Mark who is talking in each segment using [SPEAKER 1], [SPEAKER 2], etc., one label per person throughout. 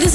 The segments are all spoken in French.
[SPEAKER 1] this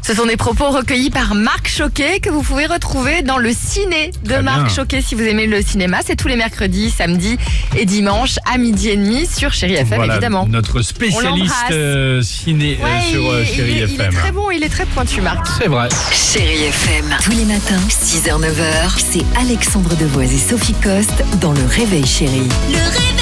[SPEAKER 2] Ce sont des propos recueillis par Marc Choquet que vous pouvez retrouver dans le ciné de
[SPEAKER 3] Très
[SPEAKER 2] Marc
[SPEAKER 3] bien.
[SPEAKER 2] Choquet si vous aimez le cinéma. C'est tous les mercredis, samedis et dimanches à midi et demi sur Chéri FM
[SPEAKER 3] Voilà,
[SPEAKER 2] évidemment.
[SPEAKER 3] notre
[SPEAKER 2] On
[SPEAKER 3] spécialiste
[SPEAKER 2] l'embrasse.
[SPEAKER 3] euh, ciné euh,
[SPEAKER 2] Ouais,
[SPEAKER 3] sur euh,
[SPEAKER 2] il-
[SPEAKER 3] Chéri
[SPEAKER 2] il, est- il est
[SPEAKER 3] FM.
[SPEAKER 2] très bon, il est très pointu Marc.
[SPEAKER 3] C'est vrai.
[SPEAKER 4] Chérie FM. Tous les matins, 6h-9h, c'est Alexandre Devoise et Sophie Coste dans Le Réveil Chéri.
[SPEAKER 1] Le réveil.